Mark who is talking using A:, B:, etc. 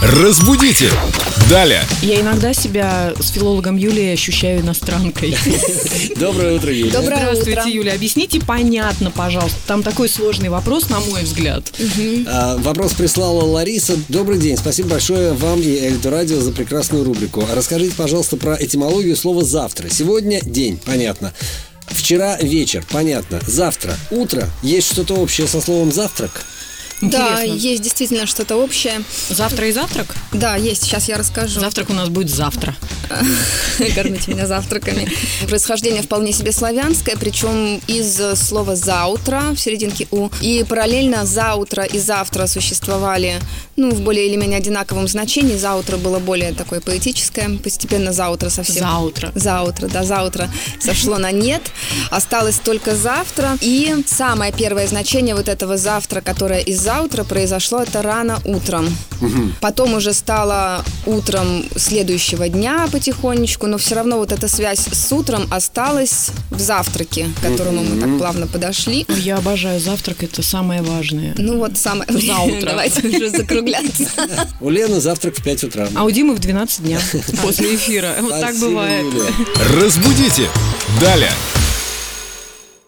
A: Разбудите! Далее!
B: Я иногда себя с филологом Юлией ощущаю иностранкой.
C: Доброе утро, Юля.
D: Доброе
B: Здравствуйте,
D: утро.
B: Юля. Объясните понятно, пожалуйста. Там такой сложный вопрос, на мой взгляд.
C: А, вопрос прислала Лариса. Добрый день. Спасибо большое вам и Эльду Радио за прекрасную рубрику. Расскажите, пожалуйста, про этимологию слова «завтра». Сегодня день, понятно. Вчера вечер, понятно. Завтра, утро. Есть что-то общее со словом «завтрак»?
D: Да,
B: Интересно.
D: есть действительно что-то общее.
B: Завтра и завтрак?
D: Да, есть. Сейчас я расскажу.
B: Завтрак у нас будет завтра.
D: Кормите меня завтраками. Происхождение вполне себе славянское, причем из э, слова «заутра» в серединке «у». И параллельно «заутро» и «завтра» существовали ну, в более или менее одинаковом значении. «Заутро» было более такое поэтическое. Постепенно «заутро» совсем
B: Заутро.
D: Заутро, да, заутро сошло на нет. Осталось только завтра. И самое первое значение вот этого завтра, которое из заутра произошло, это рано утром. Потом уже стало утром следующего дня потихонечку, но все равно вот эта связь с утром осталась в завтраке, к которому мы так плавно подошли.
B: Я обожаю завтрак, это самое важное.
D: Ну вот самое время.
B: Заутро.
D: Давайте уже закругляться.
C: У Лены завтрак в 5 утра.
B: А у Димы в 12 дня после эфира. Вот так
C: Спасибо,
B: бывает.
C: Юля.
A: Разбудите! Далее!